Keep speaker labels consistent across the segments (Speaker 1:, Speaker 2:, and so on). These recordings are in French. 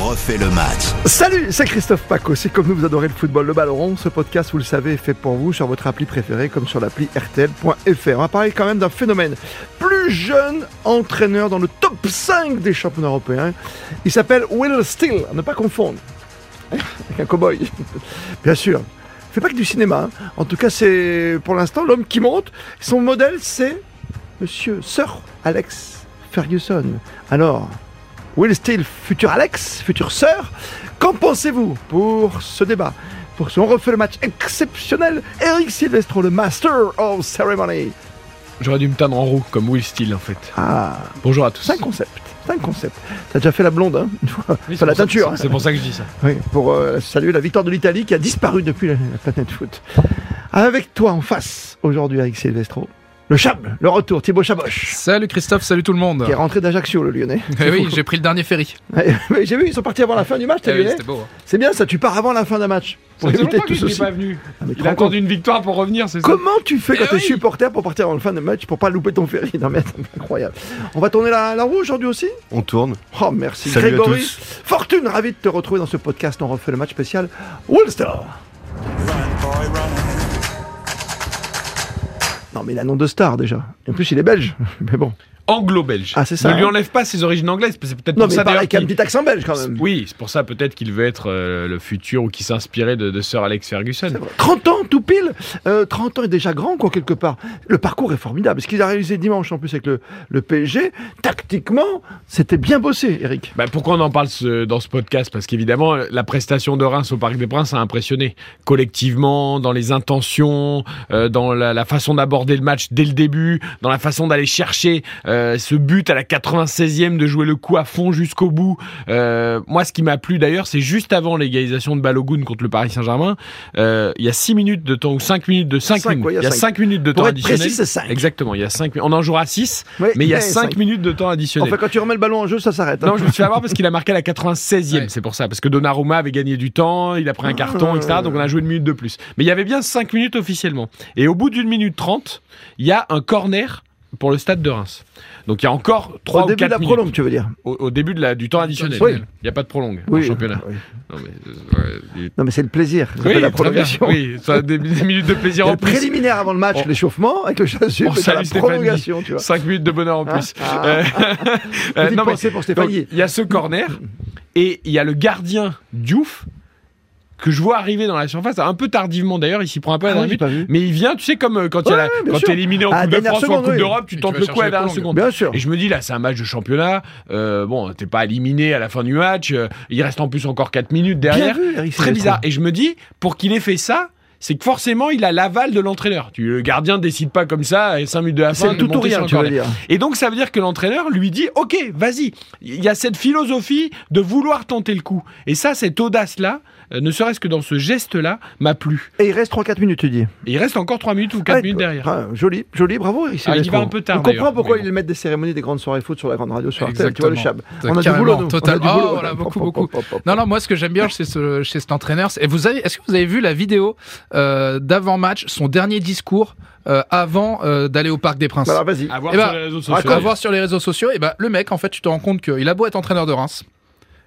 Speaker 1: refait le match.
Speaker 2: Salut, c'est Christophe Paco. Si comme nous vous adorez le football, le ballon rond, ce podcast, vous le savez, est fait pour vous sur votre appli préférée comme sur l'appli RTL.fr. On va parler quand même d'un phénomène. Plus jeune entraîneur dans le top 5 des championnats européens. Il s'appelle Will Steele, à ne pas confondre. Hein, Avec un cow-boy, bien sûr. Il fait pas que du cinéma. hein. En tout cas, c'est pour l'instant l'homme qui monte. Son modèle, c'est Monsieur Sir Alex Ferguson. Alors, Will Steele, futur Alex, futur sœur, qu'en pensez-vous pour ce débat Pour ce on refait le match exceptionnel, Eric Silvestro, le Master of Ceremony.
Speaker 3: J'aurais dû me teindre en roux, comme Will Steele en fait.
Speaker 2: Ah,
Speaker 3: Bonjour à tous.
Speaker 2: c'est un concept, c'est un concept. T'as déjà fait la blonde, hein une fois,
Speaker 3: Oui, c'est
Speaker 2: enfin, la
Speaker 3: pour ça-
Speaker 2: teinture. hein.
Speaker 3: C'est pour ça que je dis ça.
Speaker 2: Oui, pour euh, saluer la victoire de l'Italie qui a disparu depuis la, la planète foot. Avec toi en face, aujourd'hui, Eric Silvestro, le Chab, le retour, Thibaut Chaboche.
Speaker 4: Salut Christophe, salut tout le monde.
Speaker 2: Qui est rentré d'Ajaccio, le Lyonnais.
Speaker 4: Eh oui, j'ai pris le dernier ferry.
Speaker 2: Ouais, mais J'ai vu, ils sont partis avant la fin du match, t'as
Speaker 4: Eh oui,
Speaker 2: Lyonnais
Speaker 4: c'était beau. hein.
Speaker 2: C'est bien ça, tu pars avant la fin d'un match. Pour
Speaker 3: Ça faisait
Speaker 2: éviter
Speaker 3: longtemps
Speaker 2: tout
Speaker 3: qu'il n'est
Speaker 2: ceci.
Speaker 3: pas venu.
Speaker 2: Ah, mais tu te
Speaker 3: Il a
Speaker 2: rends
Speaker 3: attendu une victoire pour revenir, c'est ça
Speaker 2: Comment tu fais quand
Speaker 4: Eh
Speaker 2: t'es
Speaker 4: oui.
Speaker 2: supporter pour partir en fin de match pour pas louper ton ferry Non mais c'est incroyable. On va tourner la, la roue aujourd'hui aussi
Speaker 5: On tourne.
Speaker 2: Oh merci
Speaker 5: Salut à
Speaker 2: Grégory.
Speaker 5: tous.
Speaker 2: Fortune, ravi de te retrouver dans ce podcast. On refait le match spécial Woolster. Non mais il a nom de star déjà. En plus il est belge. Mais bon.
Speaker 3: Anglo-belge.
Speaker 2: Ah, c'est ça,
Speaker 3: Ne lui
Speaker 2: hein.
Speaker 3: enlève pas ses origines anglaises, parce que c'est peut-être
Speaker 2: Non
Speaker 3: pour
Speaker 2: mais
Speaker 3: ça
Speaker 2: il parle
Speaker 3: d'ailleurs.
Speaker 2: avec un
Speaker 3: qu'il-
Speaker 2: petit accent belge quand même.
Speaker 3: Oui, c'est pour ça peut-être qu'il veut être euh, le futur ou qui s'inspirait de, de Sir Alex Ferguson.
Speaker 2: C'est vrai. 30 ans tout pile Euh, 30 ans est déjà grand quoi quelque part. Le parcours est formidable. Ce qu'il a réalisé dimanche en plus avec le, le PSG, tactiquement, c'était bien bossé Eric.
Speaker 3: Bah, pourquoi on en parle ce- dans ce podcast Parce qu'évidemment, euh, la prestation de Reims au Parc des Princes a impressionné. Collectivement, dans les intentions, euh, dans la, la façon d'aborder le match dès le début, dans la façon d'aller chercher euh, ce but à la 96e, de jouer le coup à fond jusqu'au bout. Euh, moi, ce qui m'a plu d'ailleurs, c'est juste avant l'égalisation de Balogun contre le Paris Saint-Germain, euh, il y a 6 minutes de temps, ou 5 minutes de 5
Speaker 2: Cinq,
Speaker 3: minutes.
Speaker 2: ouais,
Speaker 3: il y a
Speaker 2: cinq.
Speaker 3: 5 minutes de temps
Speaker 2: Pour être
Speaker 3: additionnel.
Speaker 2: précis c'est 5.
Speaker 3: Exactement, il y a 5 On en jouera 6, mais il y a 5 minutes de temps additionnel.
Speaker 2: Enfin, quand tu remets le ballon en jeu, ça s'arrête. hein.
Speaker 3: Non, je me suis fait avoir parce qu'il a marqué à la 96e,
Speaker 4: Ouais.
Speaker 3: c'est pour ça. Parce que Donnarumma avait gagné du temps, il a
Speaker 2: Ah.
Speaker 3: pris un carton, etc. Donc on a joué une minute de plus. Mais il y avait bien 5 minutes officiellement. Et au bout d'une minute 30, il y a un corner pour le stade de Reims. Donc il y a encore 3
Speaker 2: Au
Speaker 3: ou
Speaker 2: début de
Speaker 3: 4
Speaker 2: la
Speaker 3: minutes.
Speaker 2: prolongue, tu veux dire
Speaker 3: Au, au début de la, du temps additionnel.
Speaker 2: Oui.
Speaker 3: Il n'y a pas de prolongue en championnat.
Speaker 2: oui.
Speaker 3: Non, mais, euh, ouais, du-
Speaker 2: Non, mais c'est le plaisir. ça
Speaker 3: oui,
Speaker 2: s'appelle la
Speaker 3: très bien.
Speaker 2: prolongation.
Speaker 3: Oui, ça, des, des minutes de
Speaker 2: Il
Speaker 3: plaisir
Speaker 2: y a
Speaker 3: en
Speaker 2: le
Speaker 3: plus.
Speaker 2: préliminaire avant le match,
Speaker 3: On-
Speaker 2: l'échauffement, avec le chasuble,
Speaker 3: on
Speaker 2: et t'as la
Speaker 3: salue Stéphanie.
Speaker 2: prolongation, tu vois.
Speaker 3: 5 minutes de bonheur en plus.
Speaker 2: Ah.
Speaker 3: Euh, euh,
Speaker 2: Petite
Speaker 3: non, mais-
Speaker 2: pensée pour
Speaker 3: Donc,
Speaker 2: Stéphanie.
Speaker 3: il y a ce corner et il y a le gardien Diouf que je vois arriver dans la surface, un peu tardivement d'ailleurs, il s'y prend un peu à
Speaker 2: Ah
Speaker 3: la
Speaker 2: ouais, j'ai
Speaker 3: minute,
Speaker 2: pas vu.
Speaker 3: mais il vient, tu sais, comme euh, quand il y a
Speaker 2: Ouais,
Speaker 3: la-
Speaker 2: bien
Speaker 3: quand
Speaker 2: sûr.
Speaker 3: t'es éliminé en
Speaker 2: Ah,
Speaker 3: Coupe de
Speaker 2: dernière
Speaker 3: France ou en
Speaker 2: seconde,
Speaker 3: Coupe
Speaker 2: oui.
Speaker 3: d'Europe, tu
Speaker 4: Et tu
Speaker 3: tentes
Speaker 4: vas
Speaker 3: le
Speaker 4: chercher
Speaker 3: coup à la
Speaker 4: les
Speaker 3: dernière
Speaker 4: prolongues.
Speaker 3: seconde.
Speaker 2: Bien sûr.
Speaker 3: Et je me dis, là, c'est un match de championnat, euh, bon, t'es pas éliminé à la fin du match, euh, il reste en plus encore 4 minutes
Speaker 2: Bien
Speaker 3: derrière,
Speaker 2: vu, Eric
Speaker 3: très
Speaker 2: Silvestro.
Speaker 3: bizarre. Et je me dis, pour qu'il ait fait ça, c'est que forcément, il a l'aval de l'entraîneur. Tu- Le gardien décide pas comme ça, et 5 minutes de la
Speaker 2: C'est
Speaker 3: fin,
Speaker 2: le
Speaker 3: de
Speaker 2: tout ou
Speaker 3: monter sur
Speaker 2: rien,
Speaker 3: le
Speaker 2: tu veux
Speaker 3: corner.
Speaker 2: dire.
Speaker 3: Et donc ça veut dire que l'entraîneur lui dit OK, vas-y. Il y a cette philosophie de vouloir tenter le coup. Et ça, cette audace-là, euh, ne serait-ce que dans ce geste-là, m'a plu.
Speaker 2: Et il reste 3-4 minutes, tu dis.
Speaker 3: Et il reste encore 3 minutes ou 4
Speaker 2: Ouais,
Speaker 3: minutes
Speaker 2: ouais.
Speaker 3: derrière.
Speaker 2: Ah, joli, joli, bravo Eric
Speaker 3: Ah, il y
Speaker 2: Silvestro.
Speaker 3: va un peu tard,
Speaker 2: On comprend
Speaker 3: d'ailleurs,
Speaker 2: pourquoi
Speaker 3: mais
Speaker 2: ils mettent des cérémonies des grandes soirées foot sur la grande radio sur RTL, tu vois
Speaker 4: Exactement.
Speaker 2: le Chab.
Speaker 4: T'as carrément, total. Oh, voilà, beaucoup, beaucoup. Non, non, moi, ce que j'aime bien chez, ce, chez cet entraîneur, c'est- et vous avez, est-ce que vous avez vu la vidéo euh, d'avant-match, son dernier discours euh, avant euh, d'aller au Parc des Princes
Speaker 2: Alors vas-y.
Speaker 3: À voir
Speaker 4: Eh ben,
Speaker 3: sur les réseaux
Speaker 4: À
Speaker 3: sociaux.
Speaker 4: quoi voir sur les réseaux sociaux, et ben le mec, en fait, tu te rends compte qu'il a beau être entraîneur de Reims,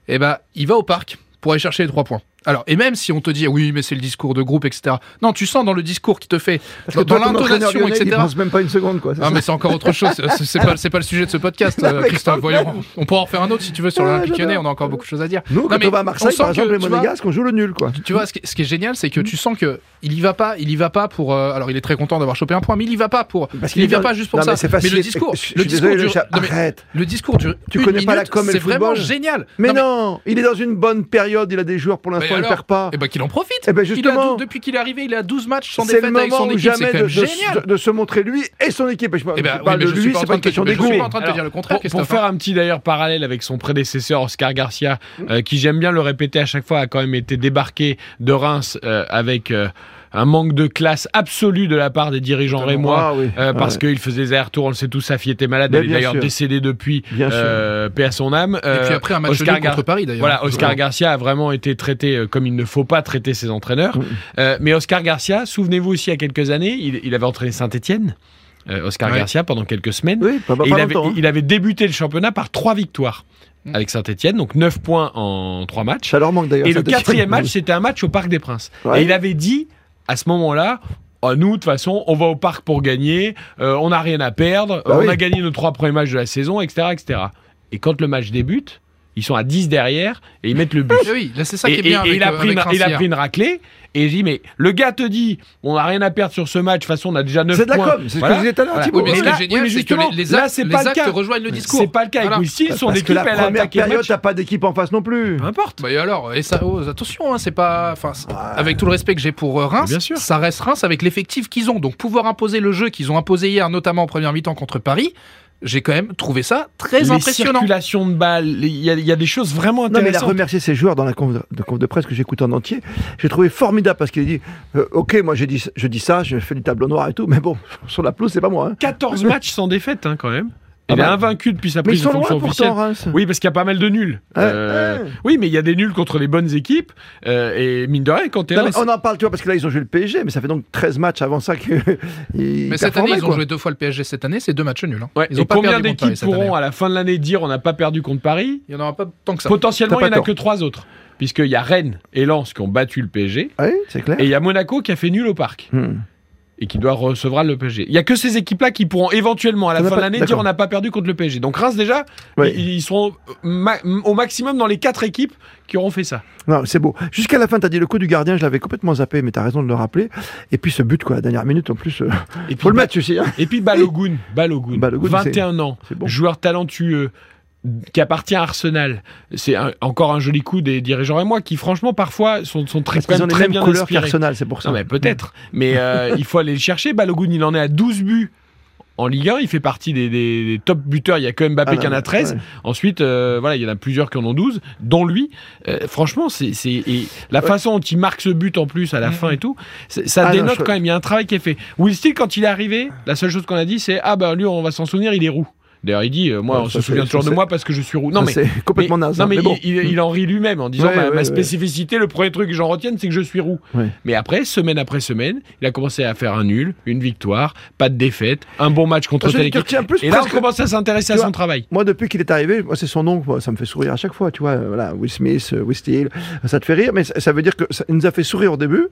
Speaker 4: et ben il va au parc pour aller chercher les trois points. Alors, et même si on te dit, oui, mais c'est le discours de groupe, etc. Non, tu sens dans le discours qui te fait,
Speaker 2: Parce que
Speaker 4: dans, dans
Speaker 2: toi, ton entraîneur
Speaker 4: l'intonation,
Speaker 2: lyonnais, il
Speaker 4: etc.
Speaker 2: pense même pas une seconde, quoi. c'est
Speaker 4: Ah
Speaker 2: ça
Speaker 4: mais c'est encore autre chose, C'est- c'est pas, c'est pas le sujet de ce podcast,
Speaker 2: Ah. Non,
Speaker 4: euh,
Speaker 2: mais
Speaker 4: Christophe,
Speaker 2: quand même.
Speaker 4: voyons. On pourra en faire un autre si tu veux sur
Speaker 2: Ah,
Speaker 4: l'Olympique
Speaker 2: j'adore.
Speaker 4: Lyonnais, on a encore beaucoup de choses à dire.
Speaker 2: Nous,
Speaker 4: Non,
Speaker 2: quand
Speaker 4: mais
Speaker 2: on va à Marseille,
Speaker 4: on
Speaker 2: par
Speaker 4: sent
Speaker 2: exemple,
Speaker 4: que,
Speaker 2: les
Speaker 4: tu vois-
Speaker 2: Monégasques, on joue le nul, quoi.
Speaker 4: Tu vois, ce qui, ce qui est génial, c'est que tu sens que il y va pas, il y va pas pour. euh, alors, il est très content d'avoir chopé un point, mais il y va pas pour.
Speaker 2: Parce
Speaker 4: il y
Speaker 2: est
Speaker 4: va
Speaker 2: bien-
Speaker 4: pas juste pour
Speaker 2: Non,
Speaker 4: ça.
Speaker 2: Mais, c'est facile.
Speaker 4: le discours,
Speaker 2: Je suis
Speaker 4: le discours
Speaker 2: désolé,
Speaker 4: du-
Speaker 2: le chat.
Speaker 4: non, mais
Speaker 2: Arrête.
Speaker 4: le discours du.
Speaker 2: Tu
Speaker 4: une
Speaker 2: connais pas la
Speaker 4: minute,
Speaker 2: com et le
Speaker 4: C'est vraiment
Speaker 2: football.
Speaker 4: génial.
Speaker 2: Mais non, il est dans une bonne période. Il a des joueurs pour l'instant, il
Speaker 4: alors,
Speaker 2: perd pas.
Speaker 4: Et ben qu'il en profite.
Speaker 2: Eh ben,
Speaker 4: Il a
Speaker 2: justement.
Speaker 4: dou- depuis qu'il est arrivé, il a 12 matchs sans
Speaker 2: C'est le
Speaker 4: défaite avec
Speaker 2: moment
Speaker 4: son
Speaker 2: ou
Speaker 4: équipe. C'est
Speaker 2: jamais
Speaker 4: quand
Speaker 2: de,
Speaker 4: même
Speaker 2: de-
Speaker 4: génial.
Speaker 2: de- de se montrer lui et son équipe. Je,
Speaker 4: Eh ben,
Speaker 2: je
Speaker 4: oui,
Speaker 2: parle
Speaker 4: mais
Speaker 2: de
Speaker 4: je suis
Speaker 2: lui,
Speaker 4: pas en
Speaker 2: c'est
Speaker 4: train
Speaker 2: pas une
Speaker 4: de te-
Speaker 2: question
Speaker 4: je suis
Speaker 2: d'ego.
Speaker 4: pas en train de te dire le contraire,
Speaker 3: Pour, pour
Speaker 4: Christophe.
Speaker 2: hein.
Speaker 3: faire un petit d'ailleurs parallèle avec son prédécesseur Oscar Garcia,
Speaker 2: Mm.
Speaker 3: euh, qui j'aime bien le répéter à chaque fois, a quand même été débarqué de Reims euh, avec euh, un manque de classe absolu de la part des dirigeants rémois.
Speaker 2: Ah oui.
Speaker 3: Euh, parce
Speaker 2: Ouais.
Speaker 3: qu'il faisait des allers-retours, on le sait tous, sa fille était malade,
Speaker 2: Mais
Speaker 3: elle est
Speaker 2: bien
Speaker 3: d'ailleurs
Speaker 2: sûr.
Speaker 3: décédée depuis,
Speaker 2: Bien
Speaker 3: euh, paix à son âme.
Speaker 4: Et puis
Speaker 3: Euh,
Speaker 4: après un match
Speaker 3: Oscar
Speaker 4: nul contre
Speaker 3: Gar-
Speaker 4: Paris d'ailleurs.
Speaker 3: Voilà, Oscar Garcia a vraiment été traité euh, comme il ne faut pas traiter ses entraîneurs.
Speaker 2: Mm.
Speaker 3: Euh, mais Oscar Garcia, souvenez-vous aussi, il y a quelques années, il, il avait entraîné Saint-Etienne, Oscar
Speaker 4: Ouais.
Speaker 3: Garcia, pendant quelques semaines.
Speaker 2: Oui, bah, pas, pas
Speaker 3: Et il, avait,
Speaker 2: longtemps. hein.
Speaker 3: il avait débuté le championnat par trois victoires.
Speaker 4: Mm.
Speaker 3: avec Saint-Etienne, donc 9 points en 3 matchs.
Speaker 2: Ça leur manque d'ailleurs.
Speaker 3: Et le
Speaker 2: Saint-Étienne.
Speaker 3: quatrième match, c'était un match au Parc des Princes.
Speaker 2: Ouais.
Speaker 3: Et il avait dit, à ce moment-là, Ah, nous, de toute façon, on va au parc pour gagner, euh, on n'a rien à perdre, euh,
Speaker 2: Bah
Speaker 3: on
Speaker 2: oui.
Speaker 3: a gagné nos trois premiers matchs de la saison, etc., etc. Et quand le match débute, ils sont à 10 derrière et ils mettent le but.
Speaker 4: Et Eh oui, là, c'est ça
Speaker 3: et,
Speaker 4: qui est bien.
Speaker 3: et- et
Speaker 4: avec,
Speaker 3: il, a
Speaker 4: euh,
Speaker 3: pris une,
Speaker 4: avec
Speaker 3: il a
Speaker 4: Rancière.
Speaker 3: pris une raclée et j'ai dit mais le gars te dit on n'a rien à perdre sur ce match de toute façon on a déjà 9
Speaker 2: C'est de la
Speaker 3: points
Speaker 2: com, c'est ce que
Speaker 3: Voilà.
Speaker 2: je disais tout à l'heure,
Speaker 3: Voilà.
Speaker 2: Thibaut.
Speaker 4: Oui, mais ce
Speaker 3: là-
Speaker 4: qui est génial,
Speaker 3: oui, Oh, mais
Speaker 4: c'est que
Speaker 3: justement,
Speaker 4: les, les
Speaker 3: là,
Speaker 4: actes,
Speaker 3: c'est
Speaker 4: les
Speaker 3: pas le
Speaker 4: actes
Speaker 3: cas.
Speaker 4: rejoignent le discours.
Speaker 3: c'est pas le cas avec
Speaker 4: Voilà.
Speaker 3: Wilson son
Speaker 2: Parce que
Speaker 3: équipe
Speaker 2: la
Speaker 3: elle a
Speaker 2: première
Speaker 3: attaqué le
Speaker 2: période,
Speaker 3: match
Speaker 2: t'as pas d'équipe en face non plus.
Speaker 3: peu importe
Speaker 4: Bah et alors, et ça, oh, attention, hein, c'est pas, enfin, c'est- avec tout le respect que j'ai pour euh, Reims,
Speaker 3: Bien sûr.
Speaker 4: ça reste Reims avec l'effectif qu'ils ont, donc pouvoir imposer le jeu qu'ils ont imposé hier, notamment en première mi-temps contre Paris, j'ai quand même trouvé ça très
Speaker 3: les
Speaker 4: impressionnant.
Speaker 3: circulations de balles les- il y, a- il y a des choses vraiment
Speaker 2: Non, mais il a
Speaker 3: intéressantes
Speaker 2: remercié ses joueurs dans la conf de, de conf de presse que j'écoute en entier. J'ai trouvé formidable parce qu'il a dit euh, Ok, moi j'ai dit, je dis ça, je fais du tableau noir et tout, mais bon, sur la pelouse, c'est pas moi. hein.
Speaker 3: 14 matchs sans défaite hein, quand même
Speaker 2: Ah
Speaker 3: il est
Speaker 2: bah.
Speaker 3: invaincu depuis sa
Speaker 2: Mais ils
Speaker 3: prise de
Speaker 2: sont loin
Speaker 3: fonction officielle
Speaker 2: pourtant, Ah, Reims.
Speaker 3: oui, parce qu'il y a pas mal de nuls.
Speaker 2: Ouais,
Speaker 3: Euh,
Speaker 2: ouais.
Speaker 3: Oui, mais il y a des nuls contre les bonnes équipes. euh, et mine de rien, quand t'es
Speaker 2: Non, mais
Speaker 3: Reims,
Speaker 2: on en parle, tu vois, parce que là, ils ont joué le PSG, mais ça fait donc 13 matchs avant ça qu'ils.
Speaker 4: Mais cette année, ils ont joué deux fois le PSG cette année, c'est deux matchs nuls. hein.
Speaker 3: ouais,
Speaker 4: Ils ont
Speaker 3: et
Speaker 4: pas
Speaker 3: combien
Speaker 4: perdu contre Paris
Speaker 3: d'équipes
Speaker 4: cette année. hein.
Speaker 3: pourront à la fin de l'année dire on n'a pas perdu contre Paris
Speaker 4: Il y en aura pas tant que ça.
Speaker 3: Potentiellement,
Speaker 2: T'as pas
Speaker 3: il n'y en a
Speaker 2: tort.
Speaker 3: que trois autres. Puisqu'il y a Rennes et Lens qui ont battu le PSG.
Speaker 2: Ah Oui, c'est clair.
Speaker 3: Et il y a Monaco qui a fait nul au parc.
Speaker 2: Hmm.
Speaker 3: Et qui doit recevoir le PSG. Il n'y a que ces équipes-là qui pourront éventuellement, à la
Speaker 2: On n'a
Speaker 3: fin
Speaker 2: pas-
Speaker 3: de l'année, dire
Speaker 2: d'accord.
Speaker 3: on n'a pas perdu contre le PSG. Donc Reims, déjà,
Speaker 2: Oui.
Speaker 3: ils ils seront ma- au maximum dans les quatre équipes qui auront fait ça.
Speaker 2: Non, c'est beau. Jusqu'à la fin, t'as dit le coup du gardien, je l'avais complètement zappé, mais t'as raison de le rappeler. Et puis ce but, quoi, la dernière minute en plus. euh,
Speaker 3: Et puis,
Speaker 2: Faut le match aussi, hein.
Speaker 3: et puis Balogun, Balogun,
Speaker 2: Balogun, c'est-
Speaker 3: 21 ans,
Speaker 2: C'est bon.
Speaker 3: joueur talentueux euh, qui appartient à Arsenal. C'est un- encore un joli coup des dirigeants et moi qui, franchement, parfois sont, sont très,
Speaker 2: Parce qu'ils ont les
Speaker 3: très
Speaker 2: mêmes
Speaker 3: bien
Speaker 2: couleurs
Speaker 3: inspirés.
Speaker 2: qu'Arsenal, Mm. c'est pour ça. Ah
Speaker 3: Non, mais peut-être. Mais euh, il faut aller le chercher. Balogun, il en est à 12 buts en Ligue 1. Il fait partie des, des- des top buteurs. Il y a que Mbappé
Speaker 2: Ah,
Speaker 3: qui en
Speaker 2: non,
Speaker 3: a
Speaker 2: mais-
Speaker 3: 13.
Speaker 2: ouais.
Speaker 3: Ensuite, euh, voilà, il y en a plusieurs qui en ont 12, dont lui. Euh, franchement, c'est c'est- et la façon dont il marque ce but en plus à la
Speaker 4: Mhm.
Speaker 3: fin et tout, c'est- ça
Speaker 2: Ah, non,
Speaker 3: dénote
Speaker 2: je-
Speaker 3: quand même. Il y a un travail qui est fait. Will Steele, quand il est arrivé, la seule chose qu'on a dit, c'est Ah ben lui, on va s'en souvenir, il est roux. D'ailleurs, il dit euh, Moi,
Speaker 2: Ouais,
Speaker 3: on
Speaker 2: ça,
Speaker 3: se souvient
Speaker 2: c'est-
Speaker 3: toujours
Speaker 2: ça,
Speaker 3: de
Speaker 2: c'est-
Speaker 3: moi parce que je suis roux.
Speaker 2: Ça,
Speaker 3: Non, mais.
Speaker 2: c'est complètement
Speaker 3: mais-
Speaker 2: naze.
Speaker 3: non,
Speaker 2: hein,
Speaker 3: mais,
Speaker 2: mais bon.
Speaker 3: il, il- il en rit lui-même en disant ben,
Speaker 2: Ouais,
Speaker 3: ma,
Speaker 2: ouais,
Speaker 3: ma
Speaker 2: ouais.
Speaker 3: spécificité, le premier truc que j'en retienne, c'est que je suis roux.
Speaker 2: Ouais.
Speaker 3: Mais après, semaine après semaine, il a commencé à faire un nul, une victoire, pas de défaite, un bon match contre
Speaker 2: Parce que
Speaker 3: telle
Speaker 2: tu
Speaker 3: équipe.
Speaker 2: retiens plus
Speaker 3: Et là, on
Speaker 2: presque-
Speaker 3: commence à s'intéresser à
Speaker 2: Tu
Speaker 3: son
Speaker 2: vois.
Speaker 3: travail.
Speaker 2: Moi, depuis qu'il est arrivé, moi, c'est son nom, moi, ça me fait sourire à chaque fois, tu vois. euh, Voilà, Will Smith, euh, Will Steele, ça te fait rire, mais ça, ça veut dire que ça il nous a fait sourire au début.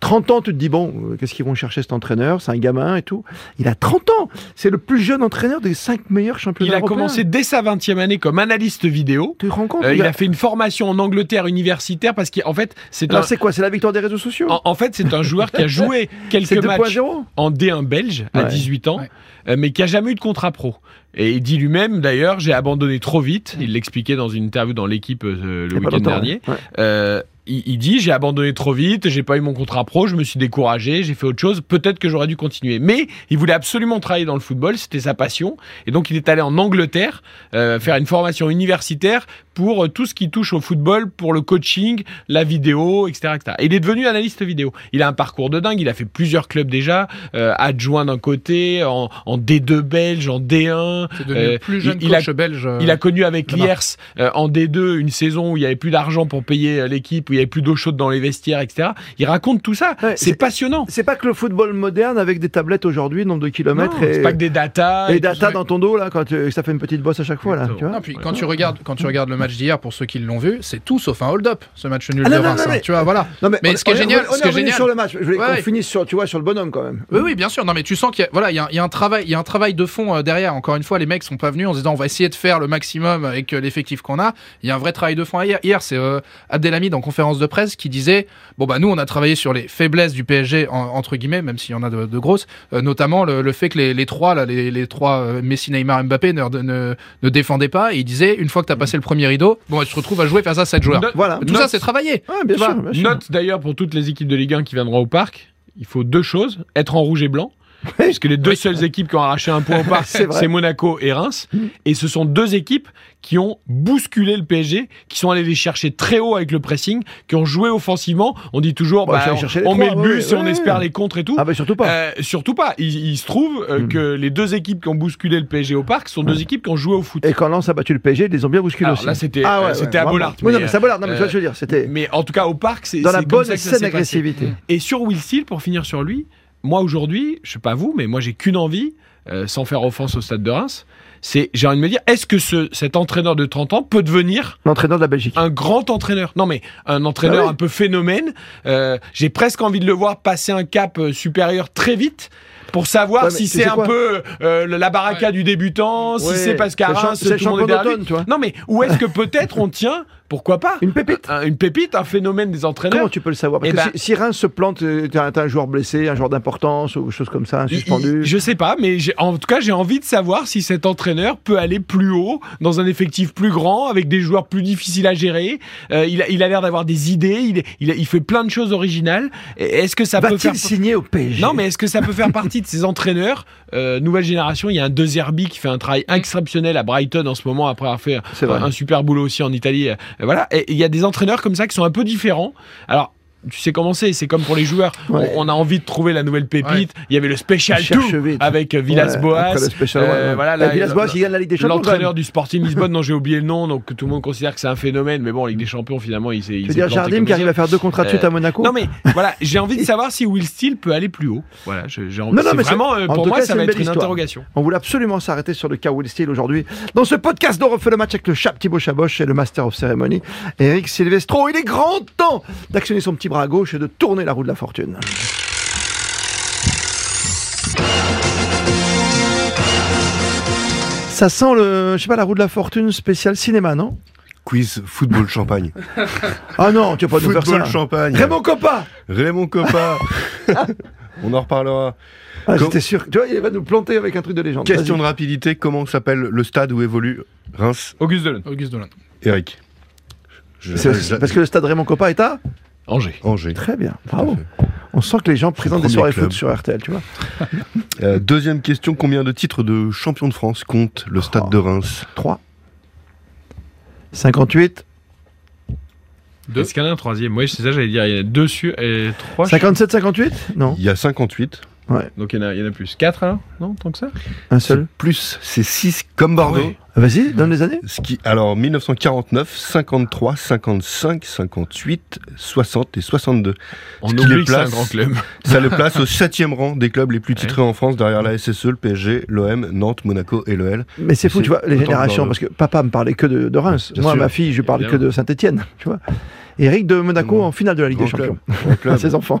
Speaker 2: 30 ans, tu te dis, bon, euh, qu'est-ce qu'ils vont chercher cet entraîneur C'est un gamin et tout. Il a 30 ans C'est le plus jeune entraîneur des 5 meilleurs championnats
Speaker 3: Il a
Speaker 2: européens.
Speaker 3: commencé dès sa 20e année comme analyste vidéo.
Speaker 2: Tu te rends compte
Speaker 3: Euh, il
Speaker 2: gars
Speaker 3: a fait une formation en Angleterre universitaire parce qu'en fait, c'est un,
Speaker 2: Alors, c'est quoi C'est la victoire des réseaux sociaux
Speaker 3: en, en fait, c'est un joueur qui a joué
Speaker 2: Ah. C'est
Speaker 3: quelques matchs
Speaker 2: 2.0
Speaker 3: en D1 belge à
Speaker 2: Ouais.
Speaker 3: 18 ans,
Speaker 4: Ouais.
Speaker 3: euh, mais qui a jamais eu de contrat pro. Et il dit lui-même, d'ailleurs, j'ai abandonné trop vite. Il l'expliquait dans une interview dans l'équipe
Speaker 2: Il y
Speaker 3: euh, le
Speaker 2: a pas
Speaker 3: week-end
Speaker 2: longtemps,
Speaker 3: dernier.
Speaker 2: ouais.
Speaker 3: Euh, il, il dit j'ai abandonné trop vite, j'ai pas eu mon contrat pro, je me suis découragé, j'ai fait autre chose. Peut-être que j'aurais dû continuer. Mais il voulait absolument travailler dans le football, c'était sa passion. Et donc il est allé en Angleterre euh, faire une formation universitaire pour euh, tout ce qui touche au football, pour le coaching, la vidéo, etc., etc. Et il est devenu analyste vidéo. Il a un parcours de dingue. Il a fait plusieurs clubs déjà, euh, adjoint d'un côté, en, en D2 belge, en D1.
Speaker 4: C'est devenu
Speaker 3: Euh,
Speaker 4: le plus jeune
Speaker 3: il- il a-
Speaker 4: coach belge. euh,
Speaker 3: Il a connu avec
Speaker 4: là-bas.
Speaker 3: Liers euh, en D2 une saison où il y avait plus d'argent pour payer euh, l'équipe, où il y avait plus d'eau chaude dans les vestiaires, etc. Il raconte tout ça.
Speaker 2: Ouais,
Speaker 3: c'est
Speaker 2: c'est-
Speaker 3: passionnant.
Speaker 2: C'est pas que le football moderne avec des tablettes aujourd'hui, nombre de kilomètres
Speaker 3: Non, C'est
Speaker 2: et,
Speaker 3: pas que des datas.
Speaker 2: et
Speaker 3: et tout
Speaker 2: data
Speaker 3: ça.
Speaker 2: dans ton dos, là, quand tu- ça fait une petite bosse à chaque fois, là. Ah, Tu vois
Speaker 4: Non, puis quand tu regardes, quand tu regardes le match d'hier, pour ceux qui l'ont vu, c'est tout sauf un hold-up, ce match nul
Speaker 2: Ah,
Speaker 4: de
Speaker 2: non, non,
Speaker 4: Reims.
Speaker 2: non,
Speaker 4: hein,
Speaker 2: mais- euh,
Speaker 4: Tu vois, voilà.
Speaker 2: Non,
Speaker 4: Mais ce qui est
Speaker 2: on
Speaker 4: génial,
Speaker 2: on
Speaker 4: ce qui est
Speaker 2: revenu
Speaker 4: génial-
Speaker 2: sur le match. Je voulais qu'on
Speaker 4: Ouais.
Speaker 2: finisse sur, tu vois, sur le bonhomme quand même.
Speaker 4: Oui, oui, bien sûr. Non, mais tu sens qu'il y a, voilà, il y a, un- il y a un travail, il y a un travail de fond euh, derrière. Encore une fois, les mecs sont pas venus en se disant on va essayer de faire le maximum avec euh, l'effectif qu'on a. Il y a un vrai travail de fond hier. Hier, c'est euh, Abdelhamid en conférence de presse qui disait bon bah nous on a travaillé sur les faiblesses du PSG en- entre guillemets, même s'il y en a de, de grosses, euh, notamment le, le fait que les, les trois là, les, les trois euh, Messi, Neymar, Mbappé ne, ne, ne défendaient pas. Et il disait une fois que t'as passé le premier rideau, bon tu te retrouves à jouer face à sept joueurs.
Speaker 3: Note-
Speaker 2: Voilà.
Speaker 4: Ah, Tout
Speaker 3: Note-
Speaker 4: ça c'est travaillé.
Speaker 2: Ouais, bien
Speaker 4: Tu
Speaker 2: sûr,
Speaker 4: vois,
Speaker 2: bien sûr.
Speaker 3: Note d'ailleurs pour toutes les équipes de Ligue 1 qui viendront au parc, il faut deux choses être en rouge et blanc. Parce que les deux seules équipes qui ont arraché un point au parc,
Speaker 2: C'est vrai. Mm.
Speaker 3: c'est Monaco et Reims. Et ce sont deux équipes qui ont bousculé le PSG, qui sont allées les chercher très haut avec le pressing, qui ont joué offensivement. On dit toujours,
Speaker 2: Bon,
Speaker 3: bah,
Speaker 2: ils sont allés
Speaker 3: on,
Speaker 2: chercher les
Speaker 3: on
Speaker 2: trois,
Speaker 3: met le
Speaker 2: ouais,
Speaker 3: bus et
Speaker 2: ouais.
Speaker 3: on espère les contres et tout.
Speaker 2: Ah, bah surtout pas.
Speaker 3: Euh, surtout pas. Il, il se trouve euh,
Speaker 2: Mm.
Speaker 3: que les deux équipes qui ont bousculé le PSG au parc sont deux équipes qui ont joué au foot.
Speaker 2: Et quand Lens a battu le PSG, ils les ont bien bousculés
Speaker 3: Alors
Speaker 2: aussi.
Speaker 3: là, c'était
Speaker 2: Ah ouais,
Speaker 3: euh,
Speaker 2: ouais,
Speaker 3: c'était à
Speaker 2: vraiment.
Speaker 3: Bollard.
Speaker 2: Oui, non,
Speaker 3: mais,
Speaker 2: mais c'est à Bollard. Non, mais
Speaker 3: euh,
Speaker 2: tu vois ce que je veux dire. C'était
Speaker 3: mais en tout cas, au parc, c'est
Speaker 2: dans la
Speaker 3: c'est comme
Speaker 2: bonne
Speaker 3: ça
Speaker 2: et
Speaker 3: que ça
Speaker 2: saine
Speaker 3: s'est passé.
Speaker 2: agressivité.
Speaker 3: Et sur Will Seal, pour finir sur lui, moi aujourd'hui, je sais pas vous, mais moi j'ai qu'une envie, euh, sans faire offense au stade de Reims, c'est j'ai envie de me dire, est-ce que ce, cet entraîneur de 30 ans peut devenir
Speaker 2: L'entraîneur de la Belgique.
Speaker 3: un grand entraîneur Non, mais un entraîneur
Speaker 2: Ah oui.
Speaker 3: un peu phénomène. Euh, j'ai presque envie de le voir passer un cap euh, supérieur très vite. Pour savoir
Speaker 2: Ouais, mais
Speaker 3: si
Speaker 2: tu
Speaker 3: c'est
Speaker 2: sais
Speaker 3: un
Speaker 2: quoi
Speaker 3: peu euh, le- la baraka du débutant, si
Speaker 2: Ouais,
Speaker 3: c'est parce qu'à
Speaker 2: c'est le champ-
Speaker 3: Reims,
Speaker 2: c'est le
Speaker 3: tout le monde est
Speaker 2: champion
Speaker 3: derrière lui.
Speaker 2: d'automne, tu vois.
Speaker 3: Non, mais où est-ce que peut-être on tient, pourquoi pas,
Speaker 2: Une pépite.
Speaker 3: un- ah, une pépite, un phénomène des entraîneurs
Speaker 2: Comment tu peux le savoir Parce
Speaker 3: Eh
Speaker 2: que
Speaker 3: ben-
Speaker 2: si, si Reims se plante, euh, t'as t'as un joueur blessé, un joueur d'importance ou quelque chose comme ça, un
Speaker 3: Il-
Speaker 2: suspendu.
Speaker 3: il- Je sais pas, mais j'ai- en tout cas, j'ai envie de savoir si cet entraîneur peut aller plus haut, dans un effectif plus grand, avec des joueurs plus difficiles à gérer. Euh, il a il a l'air d'avoir des idées, il, il, il fait plein de choses originales. Et Est-ce que ça peut
Speaker 2: Va-t-il
Speaker 3: faire.
Speaker 2: signer au PSG
Speaker 3: Non, mais est-ce que ça peut faire partie de ces entraîneurs euh, Nouvelle génération, il y a un De Zerbi qui fait un travail exceptionnel à Brighton en ce moment, après avoir fait
Speaker 2: C'est vrai.
Speaker 3: un, un super boulot aussi en Italie. Euh, voilà, et il y a des entraîneurs comme ça qui sont un peu différents. Alors. Tu sais comment c'est, c'est comme pour les joueurs.
Speaker 2: Ouais.
Speaker 3: On, on a envie de trouver la nouvelle pépite. Il y avait le Special
Speaker 2: On cherche
Speaker 3: 2
Speaker 2: vite.
Speaker 3: avec euh,
Speaker 2: Ouais,
Speaker 3: Villas-Boas.
Speaker 2: après le Special
Speaker 3: Euh,
Speaker 2: One, ouais.
Speaker 3: voilà,
Speaker 2: Bah,
Speaker 3: là,
Speaker 2: Villas-Boas,
Speaker 3: le-
Speaker 2: il gagne la Ligue des Champions. quand
Speaker 3: L'entraîneur
Speaker 2: même.
Speaker 3: du Sporting Lisbonne, dont j'ai oublié le nom, donc que tout le monde considère que c'est un phénomène, mais bon, en Ligue des Champions, finalement, il s'est.
Speaker 2: Tu
Speaker 3: il s'est
Speaker 2: veux dire
Speaker 3: planté
Speaker 2: Jardim
Speaker 3: comme
Speaker 2: qui
Speaker 3: les
Speaker 2: arrive à faire deux contrats de suite
Speaker 3: Euh,
Speaker 2: à Monaco
Speaker 3: non mais voilà, j'ai envie de savoir si Will Steele peut aller plus haut. Voilà, je- j'ai envie.
Speaker 2: Non, non,
Speaker 3: c'est
Speaker 2: mais c'est-
Speaker 3: vraiment euh,
Speaker 2: en
Speaker 3: pour
Speaker 2: tout
Speaker 3: moi
Speaker 2: cas, c'est
Speaker 3: ça
Speaker 2: une
Speaker 3: va être
Speaker 2: belle
Speaker 3: une
Speaker 2: histoire.
Speaker 3: interrogation.
Speaker 2: On voulait absolument s'arrêter sur le cas Will Steele aujourd'hui. Dans ce podcast, on refait le match avec le Chap Thibaut Chaboche et le Master of Ceremony, Eric Silvestro. Il est grand temps d'actionner son petit bras gauche et de tourner la roue de la fortune. Ça sent le, je sais pas, la roue de la fortune spéciale cinéma, non
Speaker 1: Quiz football champagne.
Speaker 2: Ah non, tu vas pas nous faire
Speaker 1: football
Speaker 2: ça.
Speaker 1: champagne.
Speaker 2: Raymond Coppa
Speaker 1: Raymond Coppa. On en reparlera.
Speaker 2: ah,
Speaker 1: Com-
Speaker 2: J'étais sûr. Tu vois, il va nous planter avec un truc de légende.
Speaker 1: Question
Speaker 2: Vas-y.
Speaker 1: de rapidité. Comment s'appelle le stade où évolue Reims
Speaker 3: Auguste Delon.
Speaker 4: Auguste Dolan.
Speaker 1: Eric. Je-
Speaker 2: C'est-
Speaker 1: je-
Speaker 2: Parce que le stade Raymond Coppa est à
Speaker 3: Angers.
Speaker 1: Angers.
Speaker 2: Très bien,
Speaker 1: Tout à
Speaker 2: bravo.
Speaker 1: fait.
Speaker 2: On sent que les gens présentent des
Speaker 1: Premier
Speaker 2: soirées
Speaker 1: club.
Speaker 2: foot sur RTL, tu vois.
Speaker 1: Euh, deuxième question. Combien de titres de champion de France compte le stade
Speaker 2: Oh.
Speaker 1: de Reims
Speaker 2: 3, 58,
Speaker 4: Deux.
Speaker 3: Est-ce qu'il y en a un troisième Moi, c'est ça, j'allais dire. Il y en a deux sur et trois. je-
Speaker 2: 57, 58 Non,
Speaker 1: Il y a 58.
Speaker 3: Donc il y en a, il y en a plus. Quatre alors Non, tant que ça.
Speaker 2: un seul. Ah
Speaker 1: Plus, c'est 6 comme Bordeaux.
Speaker 3: Ah Ouais.
Speaker 2: Vas-y, donne les années.
Speaker 1: Ce qui, alors 1949, 53, 55, 58, 60 et 62.
Speaker 3: On
Speaker 1: Ce qui
Speaker 3: oublie
Speaker 1: les
Speaker 3: que c'est un
Speaker 1: place-
Speaker 3: grand club.
Speaker 1: Ça le place au septième rang des clubs les plus titrés en France derrière la SSE, le PSG, l'OM, Nantes, Monaco et l'OL.
Speaker 2: Mais c'est fou,
Speaker 1: C'est
Speaker 2: tu vois, les
Speaker 1: autant que
Speaker 2: générations,
Speaker 1: dans le-
Speaker 2: parce que papa me parlait que de, de Reims.
Speaker 1: Bien
Speaker 2: Moi,
Speaker 1: sûr.
Speaker 2: ma fille, je lui parle que
Speaker 3: Évidemment.
Speaker 2: de Saint-Etienne, tu vois. Eric de Monaco
Speaker 1: Grand-
Speaker 2: en finale de la Ligue des
Speaker 1: Grand
Speaker 2: Champions.
Speaker 1: club, grand
Speaker 2: À
Speaker 1: club.
Speaker 2: ses enfants.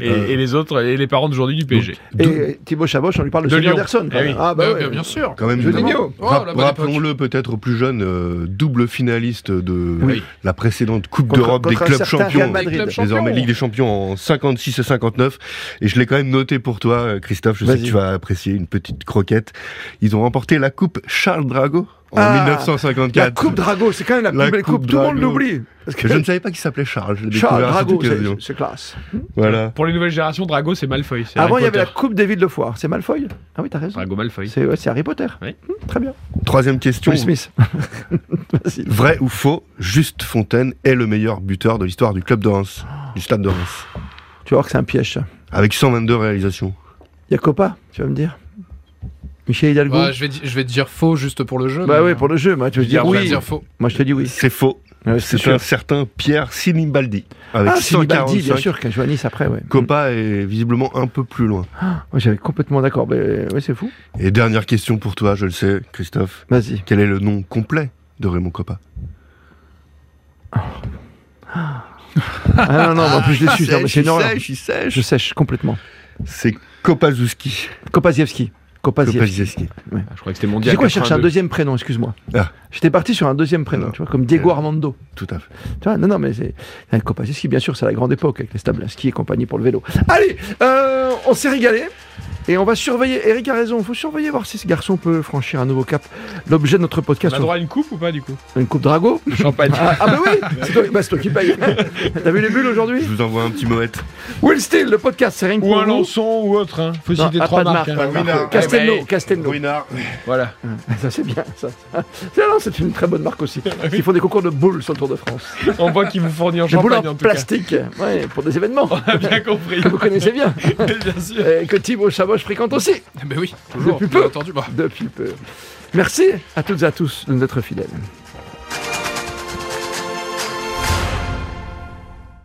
Speaker 3: Et,
Speaker 2: Euh.
Speaker 3: et les autres, et les parents d'aujourd'hui du PSG.
Speaker 1: Dou-
Speaker 2: Et Thibaut Chaboche, on lui parle de,
Speaker 3: De
Speaker 2: Seigneur
Speaker 3: Lyon.
Speaker 2: d'Erson.
Speaker 3: Eh oui.
Speaker 2: Ah bah
Speaker 4: Euh,
Speaker 2: ouais.
Speaker 4: bien, bien sûr.
Speaker 1: Quand même,
Speaker 2: Juninho.
Speaker 4: Oh,
Speaker 1: rap-
Speaker 4: la bonne époque.
Speaker 1: rappelons-le peut-être aux plus jeunes, euh, double finaliste de
Speaker 3: Oui.
Speaker 1: la précédente Coupe
Speaker 2: Contre-
Speaker 1: d'Europe des
Speaker 2: contre un
Speaker 1: clubs
Speaker 2: certain Real
Speaker 1: champions.
Speaker 2: Madrid.
Speaker 4: Des clubs
Speaker 1: Désormais
Speaker 4: champions.
Speaker 1: Ligue des Champions en 56 et 59. Et je l'ai quand même noté pour toi, euh, Christophe. Je sais
Speaker 2: Vas-y.
Speaker 1: que tu vas apprécier une petite croquette. Ils ont remporté la Coupe Charles Drago en
Speaker 2: Ah, La
Speaker 1: 1954.
Speaker 2: Coupe Drago, c'est quand même la plus
Speaker 1: La
Speaker 2: belle Coupe,
Speaker 1: Coupe
Speaker 2: tout le monde
Speaker 1: Drago.
Speaker 2: l'oublie. Parce que
Speaker 1: Je ne savais pas qu'il s'appelait Charles. Je l'ai
Speaker 2: Charles
Speaker 1: découvert à cette
Speaker 2: Drago, c'est-
Speaker 1: occasion.
Speaker 2: c'est classe.
Speaker 1: Voilà.
Speaker 3: Pour les nouvelles générations, Drago, c'est Malfoy. c'est
Speaker 2: Avant, il y
Speaker 3: Harry
Speaker 2: avait la
Speaker 3: Potter.
Speaker 2: Coupe des villes de foire. C'est Malfoy Ah oui, t'as raison.
Speaker 3: Drago Malfoy.
Speaker 2: C'est ouais, c'est Harry Potter.
Speaker 3: Oui.
Speaker 2: Hmm, très bien.
Speaker 1: Troisième question.
Speaker 2: Will Smith. Vas-y.
Speaker 1: Vrai ou faux, Juste Fontaine est le meilleur buteur de l'histoire du club de Reims, du stade de Reims,
Speaker 2: Tu vas voir que c'est un piège. ça.
Speaker 1: avec 122 réalisations.
Speaker 2: Il y a Copa, tu vas me dire. Michel Hidalgo.
Speaker 4: Ouais, Bah, je, vais, di- je vais te dire faux juste pour le jeu.
Speaker 2: bah
Speaker 4: mais,
Speaker 2: oui,
Speaker 4: euh,
Speaker 2: pour le jeu, moi, tu Bah, veux
Speaker 3: Je
Speaker 2: dire
Speaker 3: dirais
Speaker 4: je vais
Speaker 2: oui.
Speaker 4: dire faux.
Speaker 2: Moi, je te dis oui.
Speaker 1: C'est faux.
Speaker 2: Ouais, c'est
Speaker 1: C'est un
Speaker 2: sûr.
Speaker 1: certain Pierre Sinibaldi avec
Speaker 2: Ah, c'est Nibaldi,
Speaker 1: 145.
Speaker 2: bien sûr, qui a joué à Nice après, ouais.
Speaker 1: Copa est visiblement un peu plus loin.
Speaker 2: Moi, j'avais complètement d'accord. Mais ouais, c'est fou.
Speaker 1: Et dernière question pour toi, je le sais, Christophe.
Speaker 2: Vas-y.
Speaker 1: Quel est le nom complet de Raymond Coppa
Speaker 2: Ah non, non, mais en plus, je l'ai su. non, mais C'est une horreur.
Speaker 1: sèche, il sèche.
Speaker 2: Je sèche complètement.
Speaker 1: C'est Kopaszewski.
Speaker 2: Kopaszewski. Kopaszewski.
Speaker 1: Kopaszewski.
Speaker 3: Ah, Je crois que c'était mondial.
Speaker 2: C'est quoi, je cherche un
Speaker 3: 82.
Speaker 2: deuxième prénom, excuse-moi.
Speaker 1: Ah.
Speaker 2: J'étais parti sur un deuxième prénom,
Speaker 1: Non.
Speaker 2: tu vois, comme Diego
Speaker 1: Euh.
Speaker 2: Armando.
Speaker 1: Tout à fait.
Speaker 2: Tu vois, non, non, mais c'est un Kopaszewski, bien sûr, c'est la grande époque avec les Stablaski et compagnie pour le vélo. Allez, euh, on s'est régalé et on va surveiller. Eric a raison, il faut surveiller, voir si ce garçon peut franchir un nouveau cap. L'objet de notre
Speaker 3: On
Speaker 2: podcast,
Speaker 3: a droit à une coupe ou pas du coup
Speaker 2: une coupe Drago.
Speaker 3: Le champagne.
Speaker 2: Ah, ah bah oui, c'est toi, bah, c'est toi qui paye. T'as vu les bulles
Speaker 1: Je
Speaker 2: aujourd'hui
Speaker 1: vous envoie un petit moët.
Speaker 2: Will Steele, le podcast, c'est rien que
Speaker 3: ou
Speaker 2: pour
Speaker 3: un
Speaker 2: vous.
Speaker 3: lançon ou autre. Hein. Faut
Speaker 2: Non,
Speaker 3: citer
Speaker 2: ah,
Speaker 3: trois
Speaker 2: pas de marque,
Speaker 3: marques.
Speaker 2: pas
Speaker 3: hein. ben,
Speaker 2: de marque.
Speaker 1: Winner.
Speaker 2: Castelnau,
Speaker 3: Ouais, ouais.
Speaker 2: Castelnau.
Speaker 1: Ruinard.
Speaker 3: Voilà.
Speaker 2: Ça c'est bien, ça. C'est non, c'est une très bonne marque
Speaker 3: Ah
Speaker 2: aussi. Ils font des concours de boules sur le Tour de France.
Speaker 3: On voit qu'il vous fournit en
Speaker 2: Des boules
Speaker 3: champagne en
Speaker 2: en
Speaker 3: tout cas.
Speaker 2: plastique, ouais, pour des événements
Speaker 3: On a bien compris.
Speaker 2: que vous connaissez bien
Speaker 3: bien sûr.
Speaker 2: et que Thibaut Chaboche fréquente aussi.
Speaker 4: Mais Bah oui, toujours.
Speaker 2: Depuis
Speaker 4: bien
Speaker 2: peu.
Speaker 4: entendu. Bah,
Speaker 2: depuis peu. Merci à toutes et à tous de nous être fidèles.